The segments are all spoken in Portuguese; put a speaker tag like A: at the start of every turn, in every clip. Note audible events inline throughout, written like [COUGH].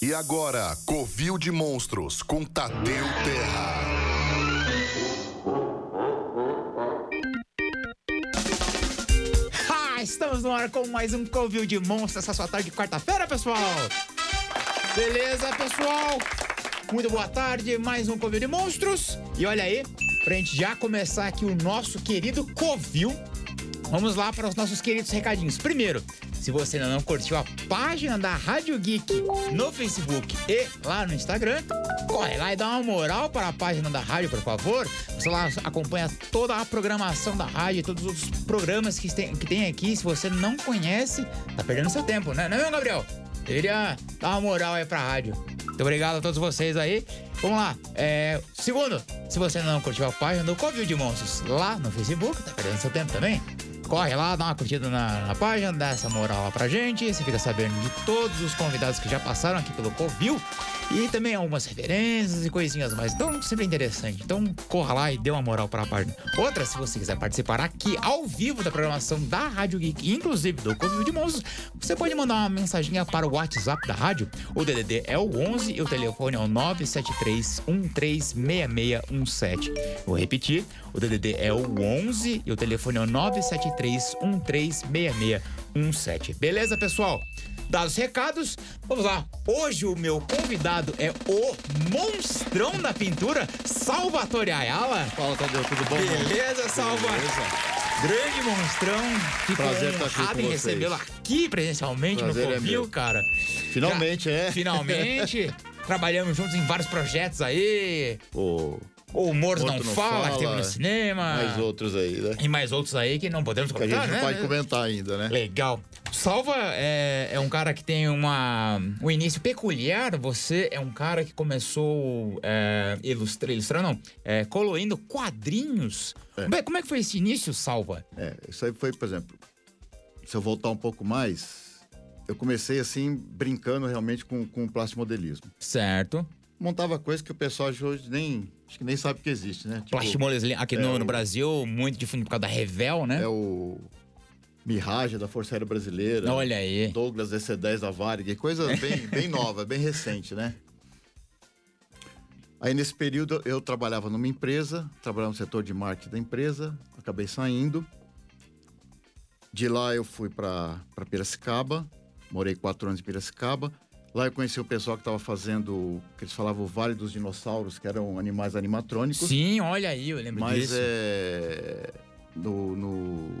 A: E agora, Covil de Monstros com Tadeu Terra.
B: Ah, estamos no ar com mais um Covil de Monstros essa sua tarde de quarta-feira, pessoal! Beleza, pessoal? Muito boa tarde, mais um Covil de Monstros. E olha aí, pra gente já começar aqui o nosso querido Covil, vamos lá para os nossos queridos recadinhos. Primeiro, se você ainda não curtiu a página da Rádio Geek no Facebook e lá no Instagram, corre lá e dá uma moral para a página da rádio, por favor. Você lá acompanha toda a programação da rádio, todos os outros programas que tem, que tem aqui. Se você não conhece, tá perdendo seu tempo, né? Não é mesmo, Gabriel? Deveria dar uma moral aí pra rádio. Muito obrigado a todos vocês aí. Vamos lá. É, segundo, se você ainda não curtiu a página do Covil de Monstros lá no Facebook, tá perdendo seu tempo também? Corre lá, dá uma curtida na, na página, dá essa moral lá pra gente. Você fica sabendo de todos os convidados que já passaram aqui pelo Covil. E também algumas referências e coisinhas mais. Então, sempre interessante. Então, corra lá e dê uma moral pra página. Outra, se você quiser participar aqui ao vivo da programação da Rádio Geek, inclusive do Covil de Monstros, você pode mandar uma mensaginha para o WhatsApp da rádio. O DDD é o 11 e o telefone é o 973 136617. Vou repetir. O DDD é o 11 e o telefone é o 973-136617. Beleza, pessoal? Dados os recados, vamos lá. Hoje o meu convidado é o monstrão da pintura, Salvatore Ayala.
C: Fala, Tadeu, tudo bom?
B: Beleza, Salva? Grande monstrão. Fico
C: Prazer estar aqui
B: honrado
C: com
B: em
C: vocês.
B: recebê-lo aqui presencialmente
C: Prazer
B: no
C: é
B: Covil,
C: meu.
B: cara.
C: Finalmente, né? [LAUGHS]
B: Finalmente. Trabalhamos juntos em vários projetos aí.
C: O...
B: O Humor Não,
C: Outro Não
B: Fala, que teve
C: Fala,
B: no cinema.
C: Mais outros aí, né?
B: E mais outros aí que não podemos
C: Que a
B: comentar,
C: gente
B: né?
C: não vai comentar ainda, né?
B: Legal. Salva é, é um cara que tem uma, um início peculiar. Você é um cara que começou é, ilustra, ilustrando, não, é, colorindo quadrinhos. Bem, como é que foi esse início, Salva?
C: É, isso aí foi, por exemplo, se eu voltar um pouco mais, eu comecei assim, brincando realmente com, com o plastimodelismo.
B: Certo.
C: Tipo, Montava coisa que o pessoal de hoje nem, acho que nem sabe que existe, né? Tipo,
B: Plastimoles aqui no,
C: é
B: no
C: o-
B: Brasil, muito difundido por causa da Revel, né?
C: É o Mirage da Força Aérea Brasileira.
B: Olha aí.
C: Douglas DC-10 da Varig, coisa bem, bem nova, bem recente, né? Aí nesse período eu trabalhava numa empresa, trabalhava no setor de marketing da empresa, acabei saindo. De lá eu fui para Piracicaba, morei quatro anos em Piracicaba. Lá eu conheci o pessoal que estava fazendo, o que eles falavam o Vale dos Dinossauros, que eram animais animatrônicos.
B: Sim, olha aí, eu lembro
C: Mas
B: disso.
C: é. No, no.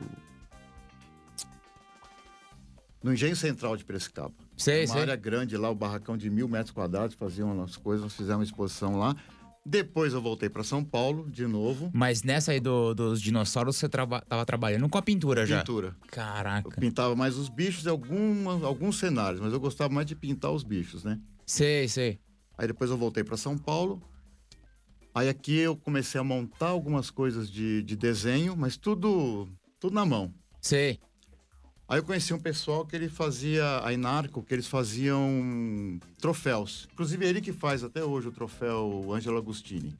C: No Engenho Central de Piracicaba.
B: Sei,
C: É uma
B: sei.
C: área grande lá, o barracão de mil metros quadrados, faziam as coisas, nós fizemos uma exposição lá. Depois eu voltei para São Paulo, de novo,
B: Mas nessa aí do- dos dinossauros, você traba- tava trabalhando com a pintura É já.
C: pintura. Eu
B: Caraca.
C: pintava mais os bichos e algumas, alguns cenários, mas eu gostava mais de pintar os bichos, né?
B: Sei, sei.
C: Aí depois eu voltei para São Paulo. Aí aqui eu comecei a montar algumas coisas de, de desenho, mas tudo, tudo na mão.
B: Sei.
C: Aí eu conheci um pessoal que ele fazia, a Inarco, que eles faziam troféus. Inclusive é ele que faz até hoje o troféu Ângelo Agostini.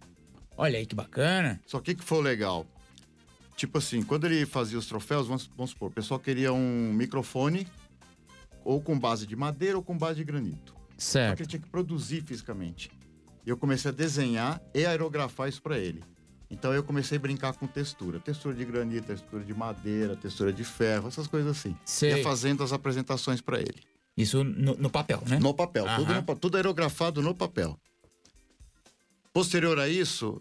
B: Olha aí que bacana.
C: Só que o que foi legal? Tipo assim, quando ele fazia os troféus, vamos, vamos supor, o pessoal queria um microfone ou com base de madeira ou com base de granito. Só que
B: Certo.
C: ele tinha que produzir fisicamente. E eu comecei a desenhar e aerografar isso para ele. Então eu comecei a brincar com textura. Textura de granito, textura de madeira, textura de ferro, essas coisas assim.
B: Sei.
C: Ia fazendo as apresentações para ele.
B: Isso no, no papel, né?
C: No papel, tudo,
B: Aham.
C: no pa- tudo aerografado no papel. Posterior a isso,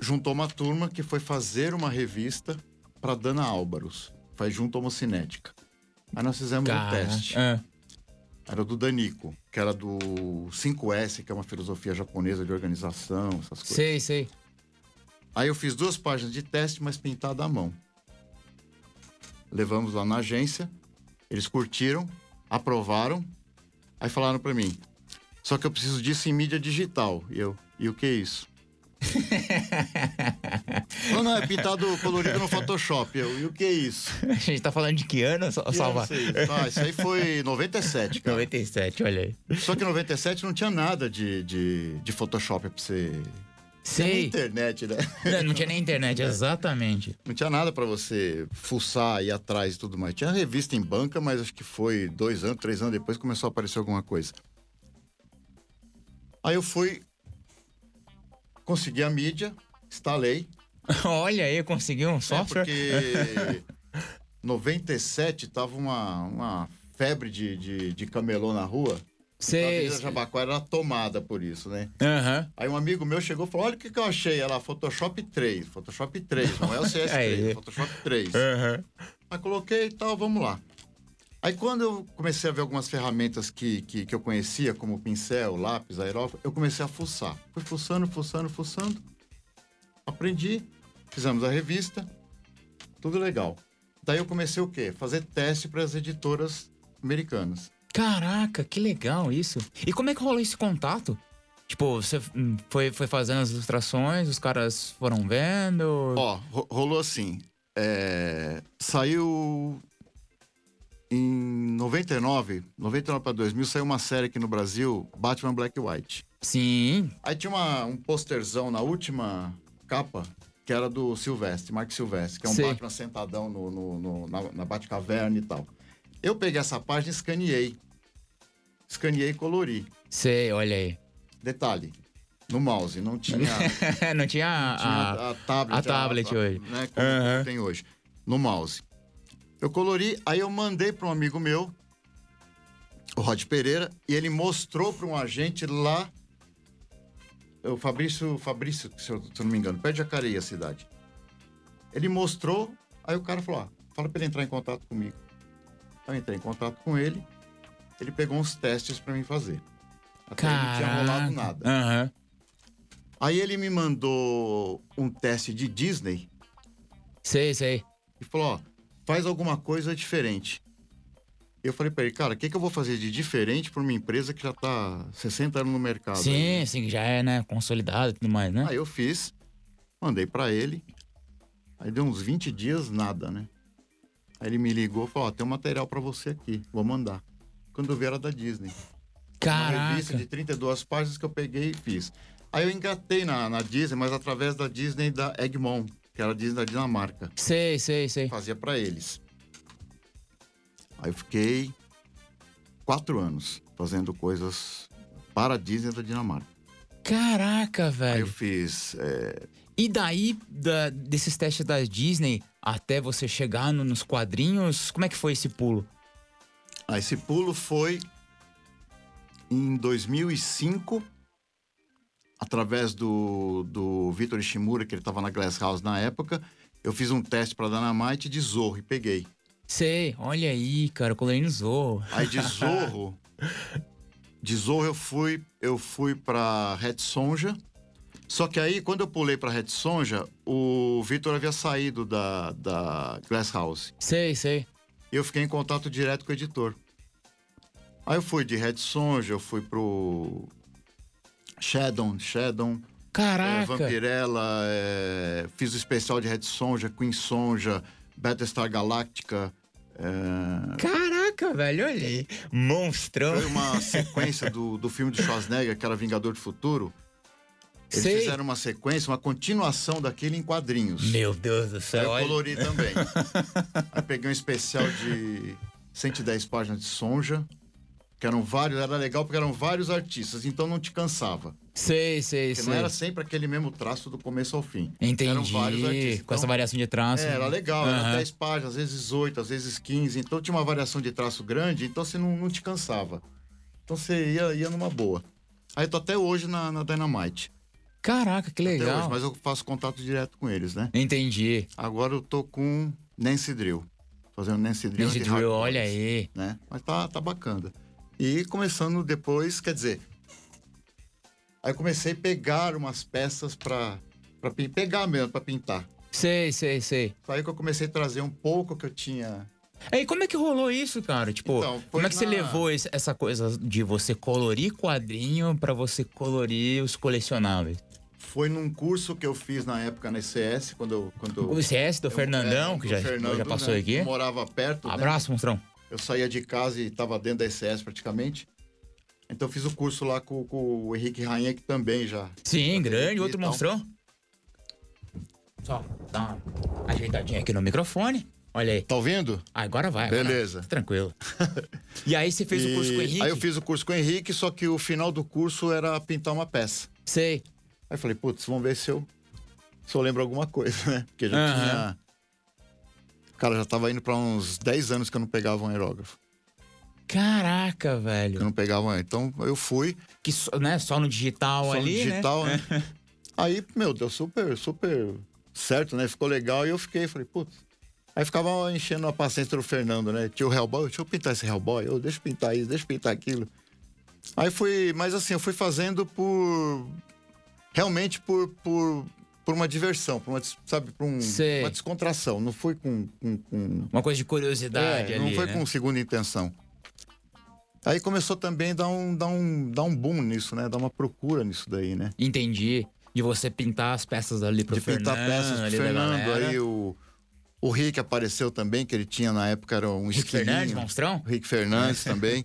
C: juntou uma turma que foi fazer uma revista para Dana Álvaros. Faz junto a homocinética. Aí nós fizemos um
B: Cara,
C: teste.
B: ah,
C: Era do Danico, que era do 5S, que é uma filosofia japonesa de organização, essas coisas.
B: sei, sei. [LAUGHS]
C: Aí eu fiz duas páginas de teste, mas pintada à mão. Levamos lá na agência, eles curtiram, aprovaram, aí falaram pra mim: só que eu preciso disso em mídia digital. E eu, e o que é isso? não, não, é pintado colorido no Photoshop. Eu, e o que é isso?
B: A gente tá falando de que ano, Sa- Salva?
C: Isso aí. Ah, isso aí foi 97, cara.
B: 97, olha aí.
C: Só que em 97 não tinha nada de, de, de Photoshop pra você. Tinha
B: Sei.
C: internet, né?
B: Não, não tinha nem
C: É.
B: internet, exatamente. [LAUGHS]
C: Não tinha nada pra você fuçar, ir atrás e tudo mais. Tinha revista em banca, mas acho que foi dois anos, três anos depois começou a aparecer alguma coisa. Aí eu fui, consegui a mídia, instalei. né,
B: Olha aí, conseguiu um
C: É
B: software. [LAUGHS]
C: porque 97 tava uma, uma febre de, de, de camelô na rua. A
B: Cê-
C: Avenida Jabaquara era tomada por isso, né?
B: Aham.
C: Aí um amigo meu chegou e falou: Olha o que, que eu achei. Ela, Photoshop 3. Photoshop 3, não é o CS3,
B: [LAUGHS] Aí.
C: é Photoshop 3.
B: Aham.
C: Aí coloquei e tal, vamos lá. Aí quando eu comecei a ver algumas ferramentas que, que, que eu conhecia, como pincel, lápis, aerógrafo, eu comecei a fuçar. Fui fuçando, fuçando, fuçando. Aprendi, fizemos a revista, tudo legal. Daí eu comecei o quê? Fazer teste para as editoras americanas.
B: Caraca, que legal isso. E como é que rolou esse contato? Tipo, você hum, foi, foi fazendo as ilustrações, os caras foram vendo.
C: Ó, ro- rolou assim. é, saiu em 99, 99 para 2000, saiu uma série aqui no Brasil, Batman Black e White.
B: Sim.
C: Aí tinha uma- um posterzão na última capa, que era do Silvestre, Mark Silvestre, que é um
B: Sei.
C: Batman sentadão no, no- no- na, na Batcaverna e tal. Eu peguei essa página e escaneei. Escaneei e colori.
B: Sei, olha aí. [LAUGHS]
C: Detalhe, no mouse, não tinha, tinha
B: Não tinha a.
C: a, tablet.
B: a tablet hoje.
C: Né, como
B: Aham.
C: tem hoje. No mouse. Eu colori, aí eu mandei para um amigo meu, o Rod Pereira, e ele mostrou para um agente lá o Fabrício, Fabrício, se eu, se eu não me engano, perto de Jacareí a cidade. Ele mostrou, aí o cara falou, ó, fala pra ele entrar em contato comigo. Eu entrei em contato com ele, ele pegou uns testes pra mim fazer. Até aí não tinha rolado nada.
B: Aham.
C: Aí ele me mandou um teste de Disney
B: Sei, sei.
C: e falou, ó, faz alguma coisa diferente. Eu falei pra ele, cara, o que, que eu vou fazer de diferente pra uma empresa que já tá 60 anos no mercado? aí?"
B: Sim, sim, já é, né? Consolidado e tudo mais, né?
C: Aí eu fiz, mandei pra ele. Aí deu uns 20 dias, nada, né? Aí ele me ligou e falou: Ó, tem um material pra você aqui, vou mandar. Quando eu vi era da Disney. Uma revista
B: Caraca.
C: de 32 páginas que eu peguei e fiz. Aí eu engatei na, na Disney, mas através da Disney da Egmont, que era a Disney da Dinamarca.
B: Sei, sei, sei.
C: Fazia pra eles. Aí eu fiquei quatro anos fazendo coisas para a Disney da Dinamarca.
B: Caraca,
C: Aí eu
B: velho.
C: fiz é,
B: E daí, da- desses testes da Disney até você chegar no- nos quadrinhos, como é que foi esse pulo?
C: Ah, esse pulo foi em 2005, através do, do Vitor Ishimura, que ele estava na Glass House na época. Eu fiz um teste para Dynamite de Zorro e peguei.
B: Sei, olha aí, cara, o Colorinho zoou.
C: Aí de Zorro, de Zorro eu fui, eu fui para Red Sonja. Só que aí, quando eu pulei para Red Sonja, o Vitor havia saído da, da Glass House.
B: Sei, sei.
C: E eu fiquei em contato direto com o editor. Aí eu fui de Red Sonja, eu fui pro Shadow, Shadow, é,
B: Caraca.
C: Vampirella, é, fiz o especial de Red Sonja, Queen Sonja, Battlestar Galactica. é,
B: Caraca, velho, olha aí. Monstrão.
C: Foi
B: [LAUGHS]
C: uma sequência do, do filme do Schwarzenegger, que era Vingador do Futuro. Eles
B: Sei.
C: fizeram uma sequência, uma continuação daquele em quadrinhos.
B: Meu Deus do
C: Aí
B: céu,
C: eu
B: olha.
C: colori É também. Aí peguei um especial de 110 páginas de Sonja, que eram vários, era legal porque eram vários artistas, então não te cansava.
B: Sei, sei,
C: Porque
B: sei.
C: não era sempre aquele mesmo traço do começo ao fim.
B: Entendi.
C: Eram vários artistas.
B: Com essa
C: então,
B: variação de traço.
C: é, era legal, era
B: Ah, Aham.
C: 10 páginas, às vezes 8, às vezes 15, então tinha uma variação de traço grande, então você não, não te cansava. Então você ia, ia numa boa. Aí eu tô até hoje na, na Dynamite.
B: Caraca, que
C: Até hoje,
B: legal.
C: mas eu faço contato direto com eles, né?
B: Entendi.
C: Agora eu tô com Nancy Drill. Fazendo Nancy Drill.
B: Ninja
C: de
B: Drill,
C: hardcore,
B: olha aí.
C: Né? Mas tá, tá bacana. E começando depois, quer dizer... Aí eu comecei a pegar umas peças pra, pra pin- pegar mesmo, pra pintar.
B: Sei, sei, sei.
C: Aí que eu comecei a trazer um pouco que eu tinha...
B: E como é que rolou isso, cara? Tipo,
C: Então, foi
B: como é que você
C: na-
B: levou esse- essa coisa de você colorir quadrinho pra você colorir os colecionáveis?
C: Foi num curso que eu fiz na época na ECS, quando eu... Quando eu-
B: O CS do
C: eu-
B: Fernandão,
C: é,
B: que
C: do
B: já,
C: Fernando,
B: já passou
C: né?
B: aqui. Um
C: Eu morava perto, né?
B: Abraço, monstrão.
C: Eu saía de casa e tava dentro da ECS praticamente. Então eu fiz o curso lá com, com o Henrique Rainha, que também já.
B: Sim, grande,
C: aqui
B: outro
C: e tal.
B: monstrão. Só dá uma ajeitadinha aqui no microfone. Olha aí.
C: Tá ouvindo?
B: Ah, agora vai. agora
C: Beleza.
B: vai.
C: [LAUGHS]
B: Tranquilo. e aí você fez o curso com o
C: E-
B: Henrique?
C: Aí eu fiz o curso com o Henrique, só que o final do curso era pintar uma peça.
B: Sei.
C: Aí eu falei, putz, vamos ver se eu, se eu lembro alguma coisa, né? Porque já
B: Aham.
C: tinha. Cara, já tava indo pra uns 10 anos que eu não pegava um aerógrafo.
B: Caraca,
C: Que eu
B: velho.
C: não pegava um. Então eu fui,
B: Que só, né, só no digital
C: só no
B: ali,
C: digital, né? [LAUGHS] Aí, meu, deu super, super certo, né? Ficou legal e eu fiquei, falei, putz. Aí ficava enchendo a paciência do Fernando, né? Tinha o Hellboy, deixa eu pintar esse Hellboy, eu, deixa eu pintar isso, deixa eu pintar aquilo. Aí fui, mas assim, eu fui fazendo por. Realmente por, por, por uma diversão, por uma, des- sabe, por um-
B: Sei.
C: uma descontração. Não foi com- com- com
B: né? Uma coisa de curiosidade
C: é,
B: ali,
C: não foi
B: né?
C: com segunda intenção. Aí começou também a dar um, dar, um, dar um boom nisso, né? Dar uma procura nisso daí, né?
B: Entendi. De você pintar as peças ali pro
C: De pintar
B: Fernando,
C: peças do
B: ali da
C: Fernando.
B: galera.
C: Aí o, o Rick apareceu também, que ele tinha na época era um
B: Rick Fernandes, É.
C: esquilinho.
B: né, monstrão?
C: O Rick Fernandes também.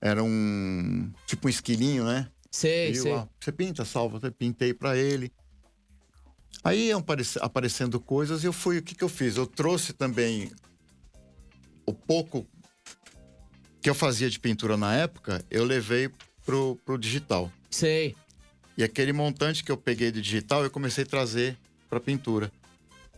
C: Era um. Tipo um esquilinho, né?
B: Sei,
C: Viu?
B: sei.
C: Ah, você pinta, salva, eu pintei pra ele. Aí iam aparece- aparecendo coisas e eu fui, o que que eu fiz? Eu trouxe também o pouco que eu fazia de pintura na época, eu levei pro, pro digital.
B: Sei.
C: E aquele montante que eu peguei de digital, eu comecei a trazer pra pintura.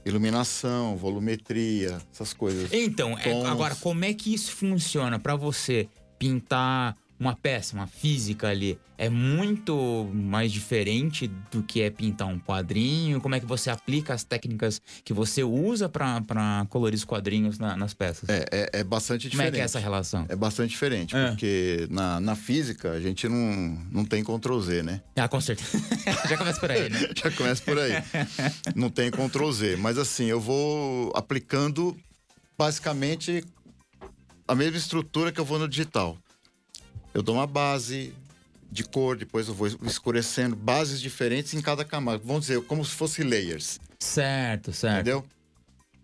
C: Iluminação, volumetria, essas coisas.
B: Então, é-
C: Tons.
B: agora, como é que isso funciona pra você pintar uma peça, uma física ali? É muito mais diferente do que é pintar um quadrinho? Como é que você aplica as técnicas que você usa pra pra colorir os quadrinhos na- nas peças?
C: É, é, é bastante
B: Como é
C: diferente.
B: que é essa relação?
C: É bastante diferente,
B: É.
C: porque na, na física a gente não, não tem Ctrl Z, né?
B: Ah, com certeza. [LAUGHS] Já começa por aí, né?
C: [LAUGHS] Já começa por aí. Não tem Ctrl Z. Mas assim, eu vou aplicando basicamente a mesma estrutura que eu vou no digital. Eu dou uma base de cor, depois eu vou escurecendo bases diferentes em cada camada. Vamos dizer, como se fosse layers,
B: Certo, certo.
C: entendeu?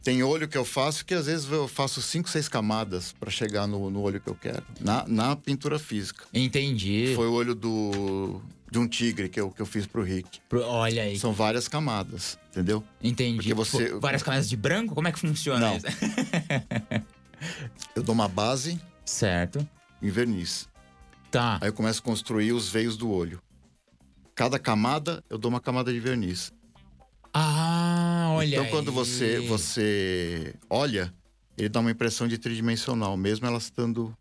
C: Tem olho que eu faço que às vezes eu faço cinco, seis camadas para chegar no, no olho que eu quero, na, na pintura física.
B: Entendi.
C: Foi o olho do, de um tigre que eu, que eu fiz pro Rick.
B: Pro- Olha aí.
C: São várias camadas, entendeu?
B: Entendi.
C: Porque você-
B: Pô, Várias camadas de branco? Como é que funciona
C: Não.
B: isso? [LAUGHS]
C: Eu dou uma base
B: certo.
C: em verniz.
B: Tá.
C: Aí eu começo a construir os veios do olho. Cada camada, eu dou uma camada de verniz.
B: Ah, olha
C: então, quando
B: aí.
C: você, você olha, ele dá uma impressão de tridimensional, mesmo ela estando,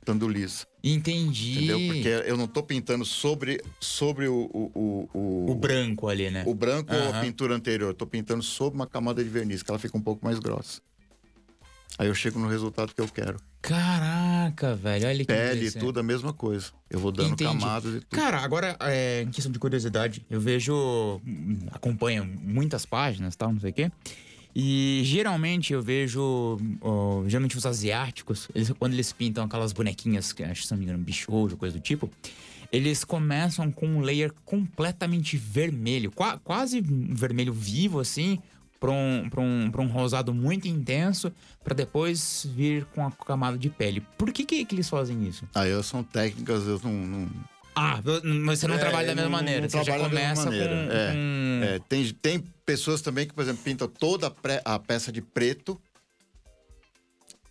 C: estando lisa.
B: Entendi.
C: Entendeu? Porque eu não tô pintando sobre, sobre o, o, o, o-
B: O branco ali, né?
C: o branco ou
B: Aham.
C: a pintura anterior. Eu tô pintando sobre uma camada de verniz, que ela fica um pouco mais grossa. Aí eu chego no resultado que eu quero.
B: Caraca, velho. Olha que
C: Pele e
B: interessante.
C: tudo, a mesma coisa. Eu vou dando
B: Entendi.
C: camadas e tudo.
B: Cara, agora, é, em questão de curiosidade, eu vejo. hum, acompanho muitas páginas tal, não sei o quê. E geralmente eu vejo. ó, geralmente os asiáticos, eles- quando eles pintam aquelas bonequinhas, que acho que se não me engano, bichojo, coisa do tipo. Eles começam com um layer completamente vermelho, qua- quase um vermelho vivo, assim, pra um, pra um, pra um rosado muito intenso, pra depois vir com a camada de pele. Por que, que, que eles fazem isso?
C: Aí eu- um são técnicas, eu não. não-
B: Ah, eu- mas você não
C: É,
B: trabalha da
C: eu
B: mesma
C: não-
B: maneira.
C: não
B: Você já
C: trabalho da mesma
B: começa com, hum,
C: maneira, é.
B: com-
C: É, tem, tem pessoas também que, por exemplo, pintam toda a, pre- a peça de preto,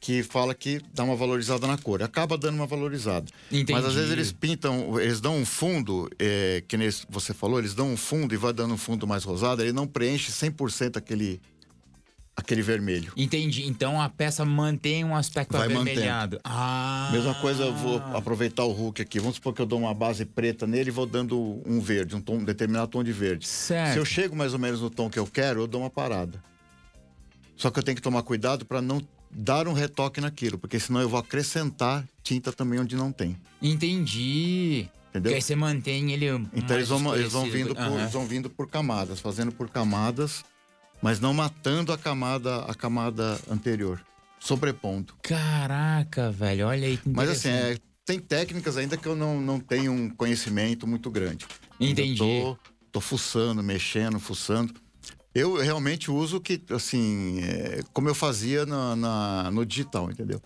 C: que fala que dá uma valorizada na cor. Acaba dando uma valorizada.
B: Entendi.
C: Mas às vezes eles pintam, eles dão um fundo, é, que nem você falou, eles dão um fundo e vai dando um fundo mais rosado, ele não preenche 100% aquele, aquele vermelho.
B: Entendi. Então a peça mantém um aspecto
C: Vai
B: avermelhado. Ah.
C: Mesma coisa, eu vou aproveitar o Hulk aqui. Vamos supor que eu dou uma base preta nele e vou dando um verde, um, tom, um determinado tom de verde.
B: Certo.
C: Se eu chego mais ou menos no tom que eu quero, eu dou uma parada. Só que eu tenho que tomar cuidado para não dar um retoque naquilo, porque senão eu vou acrescentar tinta também onde não tem.
B: Entendi.
C: Entendeu?
B: Que aí você mantém ele.
C: Então eles vão, eles vão vindo por,
B: Aham.
C: eles vão vindo por camadas, fazendo por camadas, mas não matando a camada a camada anterior, sobrepondo.
B: Caraca, velho. Olha aí que
C: Mas assim,
B: interessante.
C: é, tem técnicas ainda que eu não, não tenho um conhecimento muito grande. Ainda
B: Entendi.
C: Tô, tô fuçando, mexendo, fuçando. Eu realmente uso o que, assim, é, como eu fazia na, na- no digital, entendeu?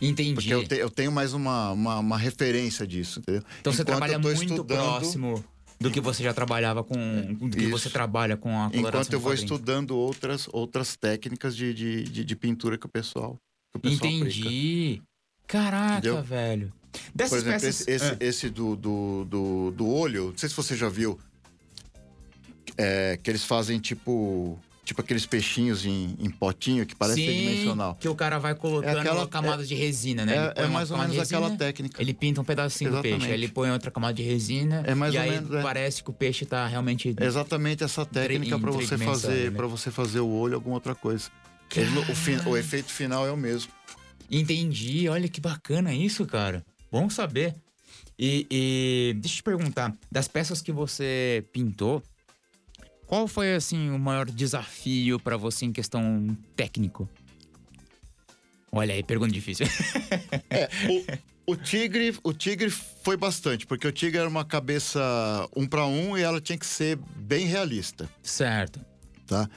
B: Entendi.
C: Porque eu, te- eu tenho mais uma, uma, uma referência disso, entendeu?
B: Então você
C: Enquanto
B: trabalha
C: eu tô
B: muito
C: estudando-
B: próximo Do que você já trabalhava com. Do que
C: Isso.
B: você trabalha com a coloração.
C: Enquanto eu
B: de
C: vou
B: quadrinhos.
C: estudando outras, outras técnicas de, de, de, de pintura que o pessoal, que o pessoal aplica.
B: Entendi. Caraca,
C: Entendeu?
B: velho.
C: Por
B: Dessas
C: exemplo,
B: peças.
C: esse, esse,
B: Ah,
C: esse do, do, do, do olho, não sei se você já viu, é, que eles fazem tipo, tipo aqueles peixinhos em, em potinho que parece
B: sim,
C: tridimensional.
B: Que o cara vai colocando
C: É aquela-
B: uma camada de resina, né? Ele
C: É,
B: põe
C: é
B: uma
C: mais ou
B: camada
C: menos
B: de resina,
C: aquela técnica.
B: Ele pinta um pedacinho do peixe, aí
C: Exatamente.
B: ele põe outra camada de resina.
C: É mais
B: e
C: ou
B: aí
C: menos, é.
B: parece que o peixe tá realmente.
C: É Exatamente essa técnica
B: em
C: para você
B: tridimensional,
C: fazer
B: né?
C: para você fazer o olho alguma outra
B: [LAUGHS]
C: coisa. Ele não- o, fi- o efeito final é o mesmo.
B: Entendi, olha que bacana isso, cara. Bom saber. E, e deixa eu te perguntar, das peças que você pintou, qual foi assim o maior desafio pra você em questão técnico? Olha aí, pergunta difícil. [LAUGHS]
C: É, O tigre, o tigre foi bastante, porque o tigre era uma cabeça um para um e ela tinha que ser bem realista,
B: certo.
C: tá?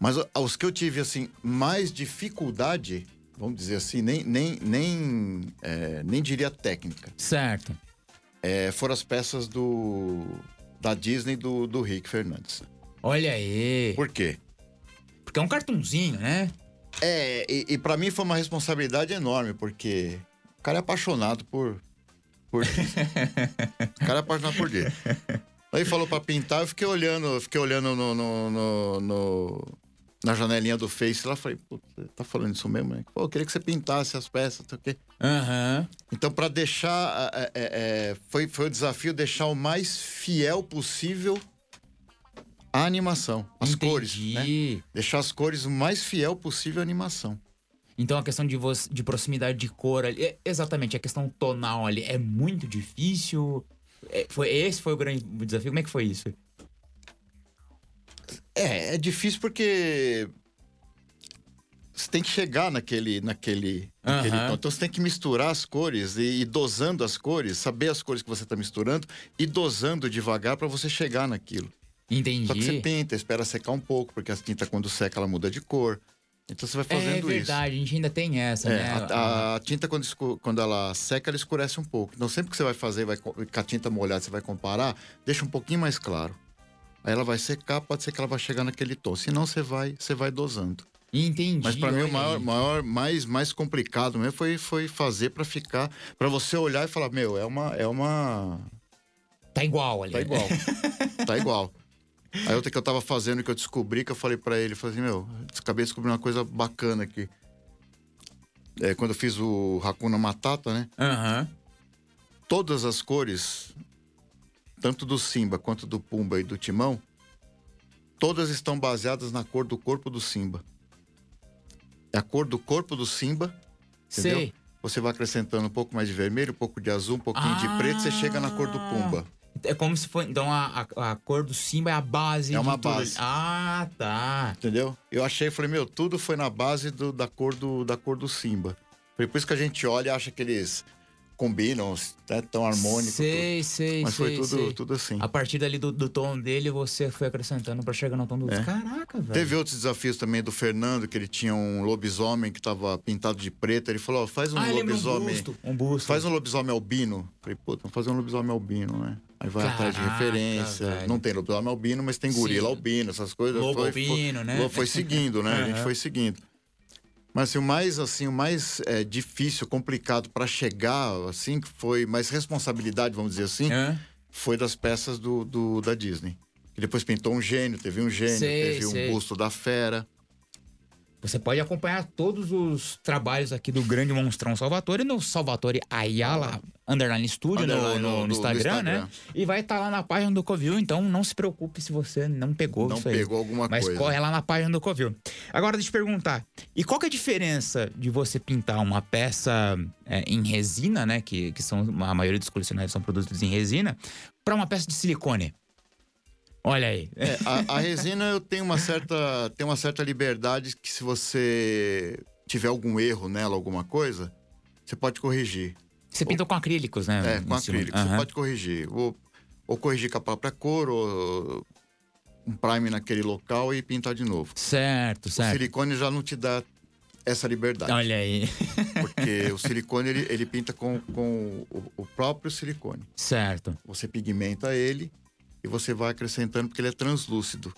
C: Mas o- os que eu tive assim mais dificuldade, vamos dizer assim, nem nem nem é, nem diria técnica,
B: Certo.
C: é, foram as peças do da Disney do, do Rick Fernandes.
B: Olha aí.
C: Por quê?
B: Porque é um cartunzinho, né?
C: É, e, e para mim foi uma responsabilidade enorme, porque o cara é apaixonado por. por Disney. o cara é apaixonado por Disney. Aí falou pra pintar, eu fiquei olhando, eu fiquei olhando no, no- no- no- na janelinha do Face lá, falei, putz, você tá falando isso mesmo, né? Pô, eu queria que você pintasse as peças, tá ok?
B: Aham.
C: Então, pra deixar. é, é, é, foi, foi o desafio deixar o mais fiel possível à animação, as cores, né?
B: Entendi.
C: Deixar as cores o mais fiel possível à animação.
B: Então a questão de, você- de proximidade de cor ali, é- exatamente, a questão tonal ali é muito difícil. É, foi, esse foi o grande desafio. Como é que foi isso?
C: É, é difícil porque você tem que chegar naquele, naquele, naquele
B: Aham.
C: tom. Então você tem que misturar as cores e, e dosando as cores, saber as cores que você está misturando e dosando devagar para você chegar naquilo.
B: Entendi.
C: Só que você pinta, espera secar um pouco, porque a tinta quando seca ela muda de cor. Então você vai
B: é
C: fazendo isso.
B: verdade, a gente ainda tem essa,
C: É,
B: né?
C: a, a tinta quando, escu- quando ela seca, ela escurece um pouco. Então sempre que você vai fazer, vai co- com a tinta molhada, você vai comparar, deixa um pouquinho mais claro. Aí ela vai secar, pode ser que ela vai chegar naquele tom. Senão você vai, você vai dosando.
B: Entendi.
C: Mas para mim o
B: olha
C: maior,
B: aí.
C: maior mais, mais complicado mesmo foi, foi fazer para ficar, para você olhar e falar, meu, é uma é uma
B: Tá igual ali. [LAUGHS]
C: tá igual. tá igual. Aí outra que eu tava fazendo que eu descobri que eu falei pra ele, eu falei assim, meu, acabei de descobrir uma coisa bacana aqui. É, quando eu fiz o Hakuna Matata, né?
B: Aham.
C: todas as cores, tanto do Simba quanto do Pumba e do Timão, todas estão baseadas na cor do corpo do Simba. É a cor do corpo do Simba, entendeu?
B: Sei.
C: Você vai acrescentando um pouco mais de vermelho, um pouco de azul, um pouquinho de preto, você chega na cor do Pumba.
B: É como se fosse. Então a, a, a cor do Simba é a base
C: É uma
B: de tudo.
C: base.
B: Ah, tá.
C: Entendeu? Eu achei, falei, meu, tudo foi na base do- da, cor do, da cor do Simba. Foi por isso que a gente olha e acha que eles combinam, né, tão harmônico. tudo.
B: Sei, sei,
C: Mas foi
B: sei,
C: tudo,
B: sei.
C: tudo assim.
B: A partir dali do, do tom dele, você foi acrescentando pra chegar no tom do.
C: É.
B: Caraca, velho.
C: Teve outros desafios também do Fernando, que ele tinha um lobisomem que tava pintado de preto. Ele falou: ó, faz um
B: ah, lembra um
C: lobisomem.
B: busto. Um busto.
C: Faz um lobisomem albino. Falei, pô, vamos fazer um lobisomem albino, né? Aí vai atrás de
B: Caraca,
C: referência.
B: velho.
C: Não tem lobisomem albino, mas tem gorila
B: Sim.
C: albino, essas coisas.
B: Lobo
C: Foi- foi-
B: albino, né?
C: Lo- Foi seguindo, né? A gente
B: Aham.
C: foi seguindo. Mas assim, o mais, assim, o mais é, difícil, complicado para chegar, assim, que foi mais responsabilidade, vamos dizer assim,
B: Hã?
C: foi das peças do, do- da Disney. Que depois pintou um gênio, teve um gênio,
B: Sei,
C: teve
B: sei.
C: um busto da fera.
B: Você pode acompanhar todos os trabalhos aqui do grande monstrão Salvatore no Salvatore Ayala Underline Studio no-
C: Underline
B: no,
C: no-
B: no
C: do- do
B: Instagram, né?
C: Instagram.
B: E vai estar lá na página do Covil, então não se preocupe se você não pegou
C: Não
B: isso aí.
C: pegou alguma
B: Mas
C: coisa.
B: corre lá na página do Covil. Agora, deixa eu te perguntar. E qual que é a diferença de você pintar uma peça é, em resina, né? Que, que são a maioria dos colecionários são produzidos em resina, para uma peça de silicone? Olha aí.
C: É, a, a resina eu tenho uma certa tem uma certa liberdade que se você tiver algum erro nela, alguma coisa, você pode corrigir.
B: Você pintou com acrílicos, né?
C: É, com
B: Em cima.
C: acrílico, você
B: Aham.
C: pode corrigir. Ou, ou corrigir com a própria cor, ou um prime naquele local e pintar de novo.
B: Certo,
C: O
B: certo.
C: silicone já não te dá essa liberdade.
B: Olha aí. [LAUGHS]
C: Porque o silicone ele, ele pinta com, com o, o próprio silicone.
B: Certo.
C: Você pigmenta ele e você vai acrescentando porque ele é translúcido.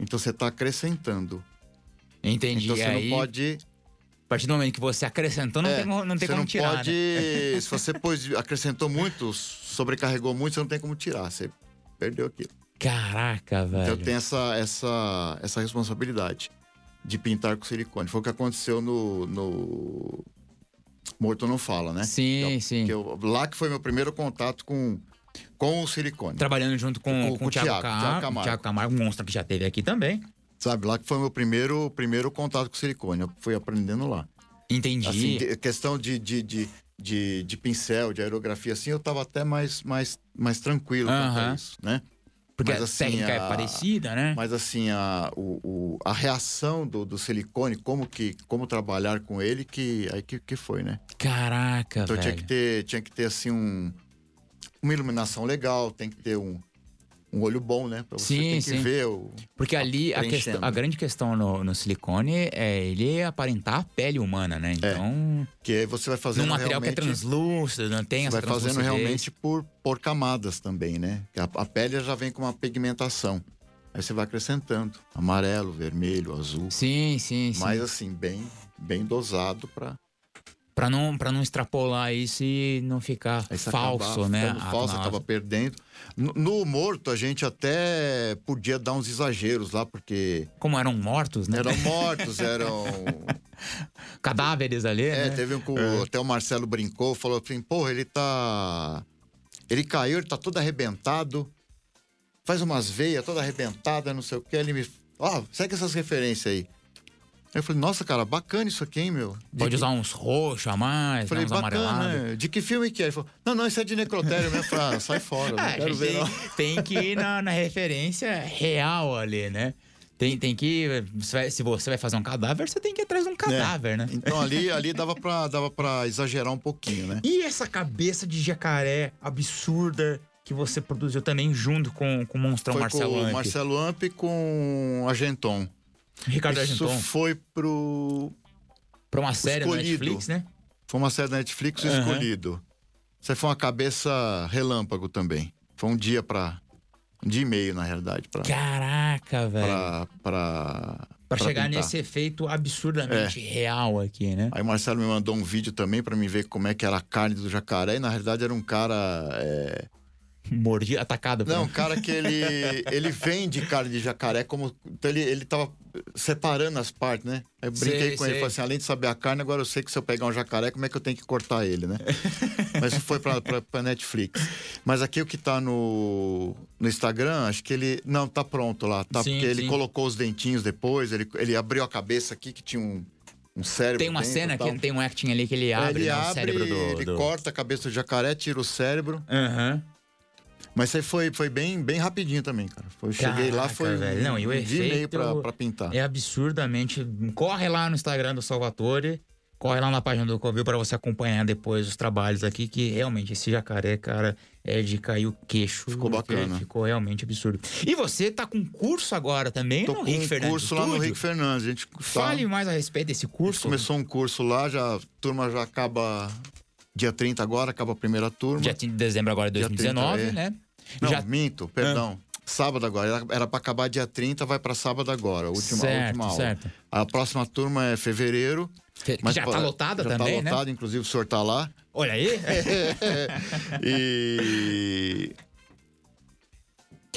C: Então você está acrescentando.
B: Entendi.
C: então você
B: aí,
C: não pode.
B: a partir do momento que você acrescentou, não
C: é,
B: tem, como- não tem
C: você
B: como
C: não
B: tirar,
C: pode.
B: né?
C: [LAUGHS] Se você pôs, acrescentou muito, sobrecarregou muito, você não tem como tirar. Você perdeu aquilo.
B: Caraca, velho.
C: Então tem essa, essa, essa responsabilidade de pintar com silicone. Foi o que aconteceu no. no... Morto não fala, né?
B: Sim,
C: Que eu-
B: sim.
C: que eu- lá que foi meu primeiro contato com, com o silicone.
B: Trabalhando junto com, com, o Thiago, Ca- Thiago Camargo. um monstro que já teve aqui também.
C: Sabe, lá que foi meu primeiro, primeiro contato com silicone. Eu fui aprendendo lá.
B: Entendi.
C: Assim, de- questão de, de, de, de, de pincel, de aerografia, assim, eu tava até mais, mais, mais tranquilo quanto
B: Aham.
C: a isso, né?
B: porque
C: mas
B: a
C: assim,
B: técnica é
C: a-
B: parecida, né?
C: Mas assim, a, o, o- a reação do, do silicone, como que como trabalhar com ele, que aí que, que foi, né?
B: Caraca,
C: Então
B: velho.
C: tinha que ter, tinha que ter assim um uma iluminação legal, tem que ter um, um olho bom, né, Pra você
B: Sim,
C: tem que
B: sim.
C: ver o
B: Porque ali a,
C: preenchendo.
B: questão- a grande questão no, no silicone é ele aparentar a pele humana, né? Então,
C: que aí você vai É. fazendo
B: num material que é
C: realmente
B: translúcido, não tem
C: você
B: essa
C: vai fazendo
B: translucidez.
C: realmente por por camadas também, né? Que A, a pele já vem com uma pigmentação. Aí você vai acrescentando amarelo, vermelho, azul,
B: Sim, sim, sim.
C: mas assim bem bem dosado pra...
B: Pra, não, pra não extrapolar isso e não ficar
C: Aí você
B: falso,
C: acaba
B: né?
C: ficando
B: A-
C: Falso,
B: a-
C: acaba perdendo. No, no morto, a gente até podia dar uns exageros lá, porque
B: Como eram mortos, né?
C: eram mortos, eram.
B: Cadáveres ali,
C: É,
B: né?
C: teve um. que o- Até o Marcelo brincou, falou assim: porra, ele tá. Ele caiu, ele tá todo arrebentado, faz umas veias toda arrebentada, não sei o quê. Ele me. Ó, segue essas referências aí. Eu falei, nossa, cara, bacana isso aqui, hein, meu. De
B: Pode
C: que-
B: usar uns roxos a mais,
C: Eu falei,
B: né? uns amarelados.
C: bacana, né? de que filme que é? Ele falou, não, não, isso é de necrotério mesmo. Eu falei, ah, sai fora, não
B: [LAUGHS] Ah, a
C: quero
B: gente
C: ver, não.
B: tem, tem que ir na, na referência real ali, né? Tem, tem que. se vai- Se você vai fazer um cadáver, você tem que ir atrás de
C: É.
B: um cadáver, né?
C: Então ali, ali dava pra dava para exagerar um pouquinho, né?
B: E essa cabeça de jacaré absurda que você produziu também junto com, com o Monstrão
C: foi
B: Marcelo
C: com o
B: Anki?
C: Marcelo Amp e com a Genton.
B: Ricardo
C: Isso
B: Argenton,
C: foi pro
B: pra uma série no
C: escolhido.
B: Netflix, né?
C: foi uma série da Netflix o
B: Aham.
C: escolhido. Isso aí foi uma cabeça relâmpago também. Foi um dia pra... um dia e meio na realidade pra
B: Caraca, velho. Pra,
C: pra, pra, pra
B: chegar
C: pintar.
B: nesse efeito absurdamente
C: É.
B: real aqui,
C: [LAUGHS]
B: né?
C: Aí o Marcelo me mandou um vídeo também pra me ver como é que era a carne do jacaré e na realidade era um cara é,
B: Mordido, atacado. por- um-
C: Não, o cara que ele, ele vende carne de jacaré, como. Então ele, ele tava separando as partes, né? Aí eu brinquei
B: Sei,
C: com ele,
B: sei.
C: falei assim: além de saber a carne, agora eu sei que se eu pegar um jacaré, como é que eu tenho que cortar ele, né? Mas isso foi pra, pra, pra Netflix. Mas aqui o que tá no, no Instagram, acho que ele. Não, tá pronto lá, tá?
B: Sim,
C: porque ele
B: sim.
C: colocou os dentinhos depois, ele, ele abriu a cabeça aqui que tinha um, um cérebro.
B: Tem uma
C: dentro e
B: cena
C: tal.
B: que tem um acting ali que ele
C: Aí
B: abre,
C: ele
B: né, o
C: abre,
B: cérebro do.
C: ele
B: do-
C: corta a cabeça do jacaré, tira o cérebro.
B: Aham.
C: Mas isso aí foi, foi bem, bem rapidinho também, cara. Foi, cheguei lá,
B: Caraca,
C: foi
B: velho.
C: um,
B: Não, e o
C: um dia e meio pra,
B: efeito
C: pra pintar.
B: É absurdamente. Corre lá no Instagram do Salvatore. Corre lá na página do Covil para você acompanhar depois os trabalhos aqui, que realmente esse jacaré, cara, é de cair o queixo.
C: Ficou bacana.
B: porque Ficou realmente absurdo. E você tá com curso agora também
C: Tô
B: no
C: com
B: Rick
C: um
B: Fernandes
C: curso lá no
B: Studio?
C: Rick Fernandes. A gente tá-
B: Fale mais a respeito desse curso.
C: começou um curso lá, já, a turma já acaba dia 30 agora, acaba a primeira turma.
B: Dia 30 de dezembro agora de
C: Dia
B: 2019,
C: 30,
B: né?
C: é. Não,
B: Já... Ah.
C: minto, perdão. Sábado agora. Era- Era pra acabar dia 30, vai pra sábado agora, a última, a
B: certo,
C: última aula.
B: certo.
C: A próxima turma é fevereiro.
B: Que- que já
C: pô,
B: tá lotada
C: já
B: também,
C: tá
B: né?
C: lotada, inclusive o senhor tá lá. [LAUGHS]
B: Olha aí.
C: E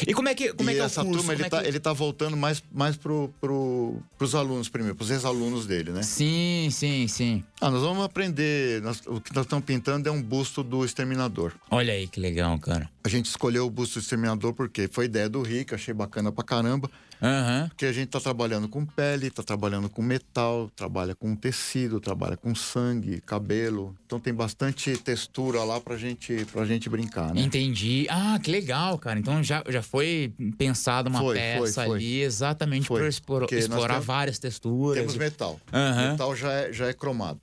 B: E como é que, como
C: e
B: é que é o
C: essa
B: curso?
C: turma, ele,
B: Como é
C: tá,
B: que-
C: ele tá voltando mais, mais pro, pro, pros alunos primeiro, pros ex-alunos dele, né?
B: Sim, sim, sim.
C: Ah, nós vamos aprender, nós- o que nós estamos pintando é um busto do Exterminador.
B: Olha aí que legal, cara.
C: A gente escolheu o busto do Exterminador porque foi ideia do Rick, achei bacana pra caramba,
B: Aham.
C: porque a gente tá trabalhando com pele, tá trabalhando com metal, trabalha com tecido, trabalha com sangue, cabelo. Então tem bastante textura lá pra gente, pra gente brincar, né?
B: Entendi. Ah, que legal, cara. Então já, já foi pensada uma
C: Foi, foi,
B: peça
C: foi.
B: ali exatamente
C: Foi.
B: para explorar,
C: Porque nós temos-
B: várias texturas.
C: Temos metal.
B: Aham.
C: Metal já é, já é cromado.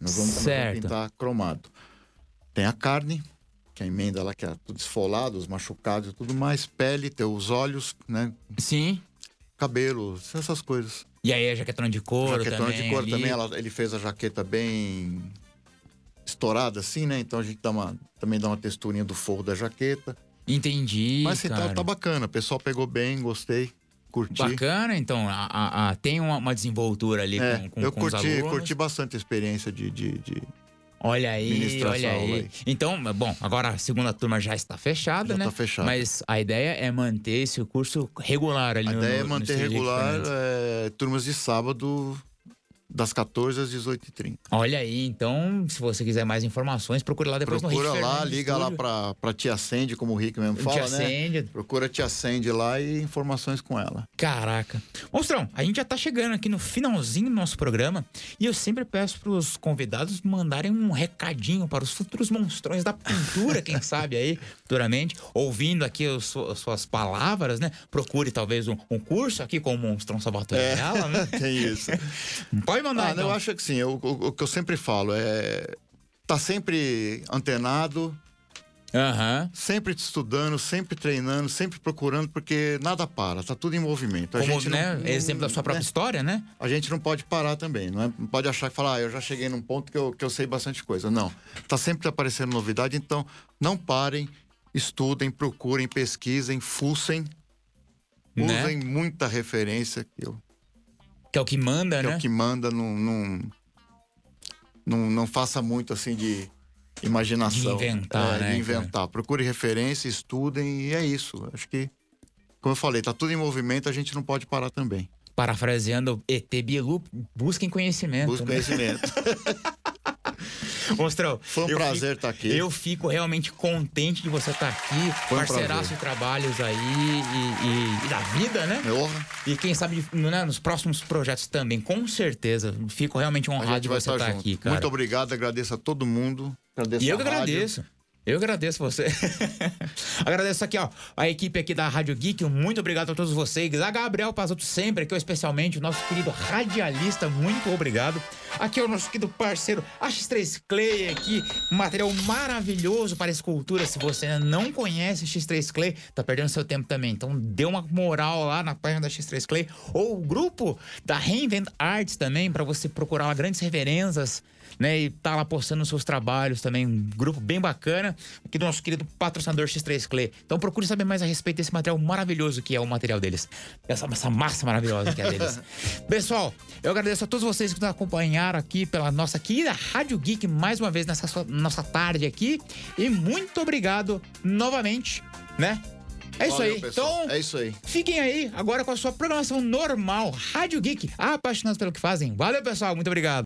C: Nós vamos, nós vamos
B: Certo.
C: pintar cromado. Tem a carne, que é a emenda lá, que é tudo esfolado, os machucados e tudo mais. Pele, teus olhos, né?
B: Sim.
C: Cabelo, essas coisas.
B: E aí a jaquetona de couro
C: Jaquetona
B: também.
C: de couro
B: ali.
C: também, é ela- ele fez a jaqueta bem estourada assim, né? Então a gente dá uma, também dá uma texturinha do forro da jaqueta.
B: Entendi.
C: Mas esse
B: cara.
C: tal tá bacana. O pessoal pegou bem, gostei, curti.
B: Bacana, então. a- a- a- tem uma, uma desenvoltura ali
C: É,
B: com, com,
C: eu
B: com os
C: curti,
B: alunos.
C: curti bastante a experiência de. de- de-
B: Olha aí,
C: Ministrar
B: olha
C: essa aula
B: aí.
C: aí.
B: Então, bom, agora a segunda turma já está fechada,
C: Já
B: né?
C: tá fechada.
B: Mas a ideia é manter esse curso regular ali
C: A
B: no
C: ideia é
B: no-
C: manter
B: nesse dia
C: regular
B: diferente.
C: é, turmas de sábado, das 14 às 18h30.
B: Olha aí, então, se você quiser mais informações, procure lá depois no
C: Procura
B: Rick
C: lá,
B: Fernandes
C: liga lá
B: Estúdio.
C: pra, pra tia Sandy, como o Rick mesmo fala,
B: Tia
C: né?
B: Sandy.
C: Procura a tia Sandy lá e informações com
B: [LAUGHS]
C: ela.
B: Caraca. Monstrão, a gente já tá chegando aqui no finalzinho do nosso programa e eu sempre peço pros convidados mandarem um recadinho para os futuros monstrões da pintura,
C: [LAUGHS]
B: quem sabe aí, futuramente, ouvindo aqui os su- as suas palavras, né? Procure talvez um, um curso aqui com o Monstrão Salvatore Ayala,
C: [LAUGHS]
B: né?
C: Tem
B: [LAUGHS]
C: isso.
B: Pode mandar,
C: É. Ah,
B: então.
C: Eu acho que sim. Eu- o, o que eu sempre falo é. Tá sempre antenado,
B: Aham.
C: sempre estudando, sempre treinando, sempre procurando, porque nada para, tá tudo em movimento. A
B: Como,
C: gente
B: né,
C: não- não-
B: exemplo da sua própria
C: né?
B: história, né?
C: A gente não pode parar também, não, é- não pode achar que falar, ah, eu já cheguei num ponto que eu, que eu sei bastante coisa. Não. Tá sempre aparecendo novidade, então não parem, estudem, procurem, pesquisem, fuçem,
B: Né?
C: usem muita referência, que, eu-
B: Que é o que manda,
C: que
B: né?
C: é o que manda, não, não, não, não faça muito assim de imaginação.
B: De inventar,
C: é,
B: né,
C: De inventar. Procure referência, estudem e é isso. Acho que, como eu falei, tá tudo em movimento, a gente não pode parar também.
B: Parafraseando ET Bilu, busquem conhecimento.
C: Busque
B: né?
C: conhecimento.
B: [LAUGHS] Monstrão.
C: Foi um
B: eu
C: prazer
B: fico-
C: estar aqui.
B: Eu fico realmente contente de você estar aqui,
C: Foi um
B: parceiraço
C: prazer.
B: de trabalhos aí e, e- e da vida, né?
C: É Honra.
B: E quem sabe né, nos próximos projetos também, com certeza. Fico realmente
C: A
B: honrado
C: gente
B: de
C: vai
B: você
C: estar
B: estar
C: junto.
B: aqui, cara.
C: Muito obrigado, agradeço a todo mundo. Agradeço
B: E eu
C: a
B: que
C: rádio.
B: agradeço. Eu que agradeço você. [LAUGHS] agradeço aqui, ó, a equipe aqui da Rádio Geek. Muito obrigado a todos vocês. A Gabriel Pazotto sempre aqui, ó, especialmente o nosso querido radialista. Muito obrigado. Aqui é o nosso querido parceiro X3 Clay aqui. Um material maravilhoso para escultura. Se você ainda não conhece X3 Clay, tá perdendo seu tempo também. Então dê uma moral lá na página da X3 Clay ou o grupo da Reinvent Arts também para você procurar lá grandes reverências né? E tá lá postando os seus trabalhos também, um grupo bem bacana, aqui do nosso querido patrocinador X3 Clay. Então procure saber mais a respeito desse material maravilhoso que é o material deles. Essa, essa massa maravilhosa que é
C: [LAUGHS]
B: deles. Pessoal, eu agradeço a todos vocês que nos acompanharam aqui pela nossa querida Rádio Geek mais uma vez nessa sua- nossa tarde aqui. E muito obrigado novamente, né? É isso
C: Valeu,
B: aí.
C: pessoal.
B: Então,
C: É isso aí.
B: fiquem aí agora com a sua programação normal, Rádio Geek, apaixonados pelo que fazem. Valeu, pessoal. Muito obrigado.